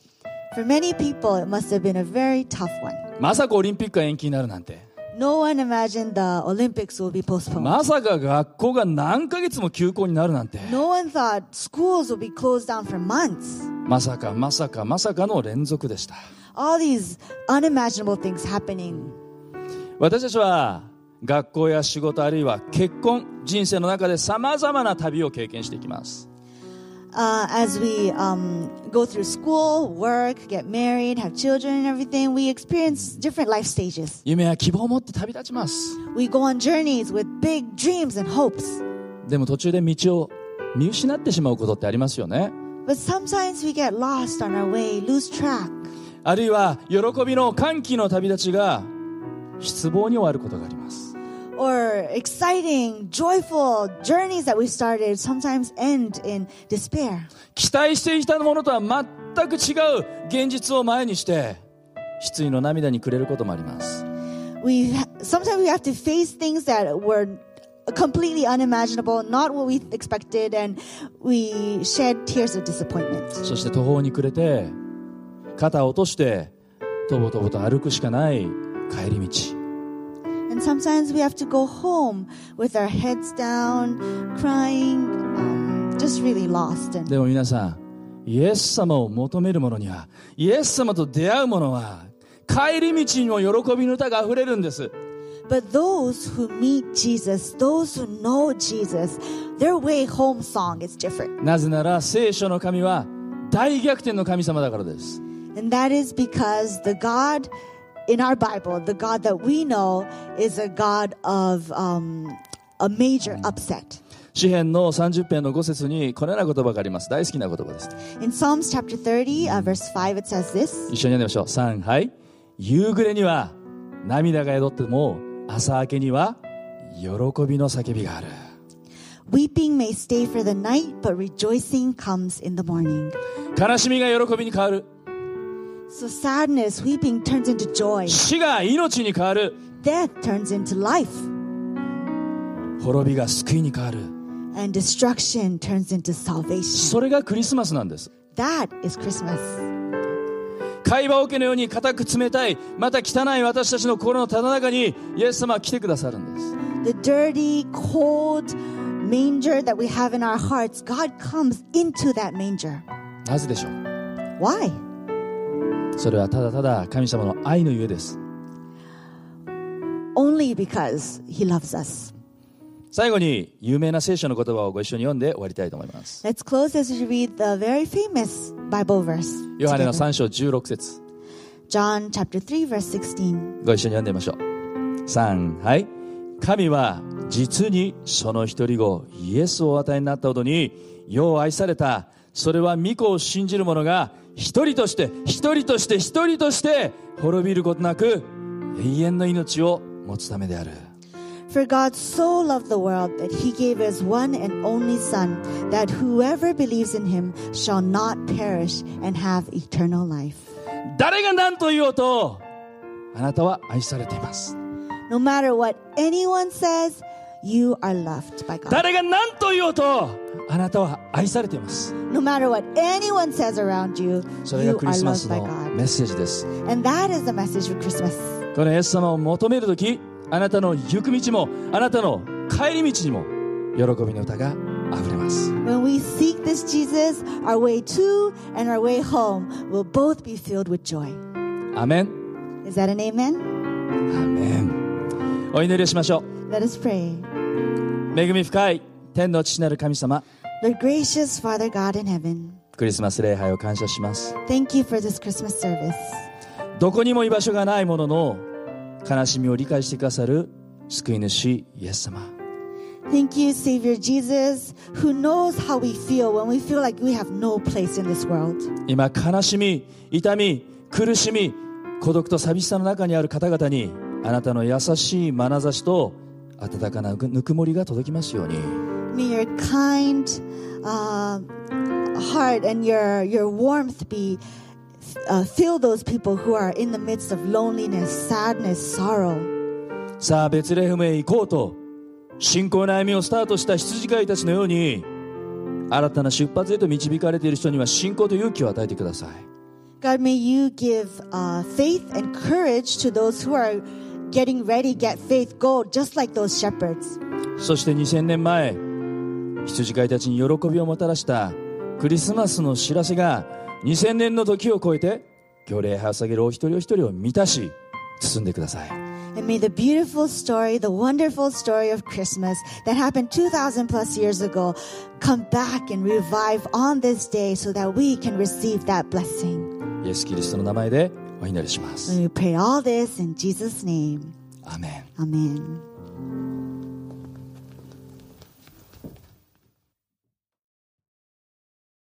S1: For many people, it must have been a very tough one.
S2: う。まさかオリンピックが延期になるなんて。
S1: No one imagined the Olympics will be postponed.
S2: まさか学校が何ヶ月も休校になるなんて。
S1: No one thought schools will be closed down for months.
S2: まさかまさかまさかの連続でした。
S1: All these unimaginable things happening
S2: 私たちは学校や仕事あるいは結婚、人生の中で様々な旅を経験していきます。
S1: Uh, as we um, go through school, work, get married, have children, and everything, we experience different life stages.
S2: 夢や希望を持って旅立ちます。
S1: We go on journeys with big dreams and hopes.
S2: でも途中で道を見失ってしまうことってありますよね。
S1: But sometimes we get lost on our way, lose track.
S2: あるいは喜びの歓喜の旅立ちが失望に終わることがあります。
S1: Or exciting, joyful journeys that we started sometimes end in despair.
S2: 期待していたものとは全く違う現実を前にして失意の涙にくれることもあります。
S1: We ha- sometimes we have to face things that were completely unimaginable, not what we expected, and we shed tears of disappointment.
S2: そして途方に暮れて肩を落としてとぼとぼと歩くしかない帰り道。
S1: And sometimes we have to go home with our heads down, crying, um, just really lost. And
S2: でも皆さん、イエス様を求める者には、イエス様と出会う者は、帰り道にも喜びの歌が溢れるんです。
S1: but those who meet Jesus, those who know Jesus, their way home song is different,
S2: なぜなら聖書の神は大逆転の神様だからです。
S1: and that is because the God in our Bible, the God that we know, is a God of um, a major upset.
S2: 詩篇の30編の5節にこのような言葉があります。大好きな言葉です。
S1: In Psalms chapter 30, uh, verse 5, it says this.
S2: 一緒に読んでみましょう。3、はい。夕暮れには涙が宿っても、朝明けには喜びの叫びがある。
S1: Weeping may stay for the night, but rejoicing comes in the morning.
S2: 悲しみが喜びに変わる。
S1: So sadness, weeping turns into joy.
S2: 死が命に変わる。
S1: Death turns into life.
S2: 滅びが救いに変わる。
S1: And destruction turns into salvation.
S2: それがクリスマスなんです。
S1: That is Christmas.
S2: 会話桶のように固く冷たい、また汚い私たちの心のただ中に、イエス様は来てくださるんです。
S1: The dirty, cold, manger that we have in our hearts, God comes into that manger.
S2: なぜでしょう
S1: Why?
S2: それはただただ神様の愛のゆえです。
S1: Only because He loves us.
S2: 最後に有名な聖書の言葉をご一緒に読んで終わりたいと思います。
S1: Let's close as we read the very famous Bible verse.
S2: ヨハネの
S1: together.
S2: 3章16節
S1: John chapter 3, verse 16.
S2: ご一緒に読んでみましょう。3、はい。神は実にその一人子イエスをお与えになったほどに世を愛された。それは御子を信じる者が一人として、一人として、一人として滅びることなく永遠の命を持つためである。
S1: For God so loved the world that He gave His one and only Son, that whoever believes in Him shall not perish and have eternal life.
S2: 誰が何と言おうと、あなたは愛されています。
S1: No matter what anyone says, you are loved by God.
S2: 誰が何と言おうと、あなたは愛されています。
S1: No matter what anyone says around you,
S2: それが
S1: you
S2: クリ
S1: are
S2: スマ
S1: loved
S2: ス
S1: by
S2: の
S1: God.
S2: メッセージです。
S1: And that is the message for Christmas.
S2: このイエス様を求めるとき、あなたの行く道も、あなたの帰り道にも、喜びの歌があふれます。
S1: When we seek this Jesus, our way to and our way home will both be filled with joy.
S2: アメン。
S1: Is that an amen?
S2: アメン。お祈りをしましょ
S1: Let us pray.
S2: う。恵み深い天の父なる神様、
S1: Lord gracious Father God in heaven,
S2: クリスマス礼拝を感謝します。
S1: thank you for this Christmas service.
S2: どこにも居場所がないものの、悲しみを理解してくださる救い主イエス様。
S1: Thank you, Savior Jesus, who knows how we feel when we feel like we have no place in this world.
S2: 今悲しみ痛み苦しみ孤独と寂しさの中にある方々にあなたの優しい眼差しと温かなぬくもりが届きますように
S1: May your kind uh, heart and your, your warmth be uh, fill those people who are in the midst of loneliness, sadness, sorrow.
S2: さあベツレヘムへ行こうと信仰の歩みをスタートした羊飼いたちのように新たな出発へと導かれている人には信仰と勇気を与えてください
S1: God, may you give uh, faith and courage to those who are getting ready, get faith, go, just like those shepherds.
S2: そして2000年前羊飼いたちに喜びをもたらしたクリスマスの知らせが2000年の時を超えて今日礼拝を捧げるお一人お一人を満たし包んでください
S1: And may the beautiful story, the wonderful story of Christmas that happened 2,000 plus years ago come back and revive on this day so that we can receive that blessing.
S2: イエス・キリストの名前でお祈りしま
S1: And
S2: す
S1: we pray all this in Jesus' name.
S2: アーメン
S1: Amen.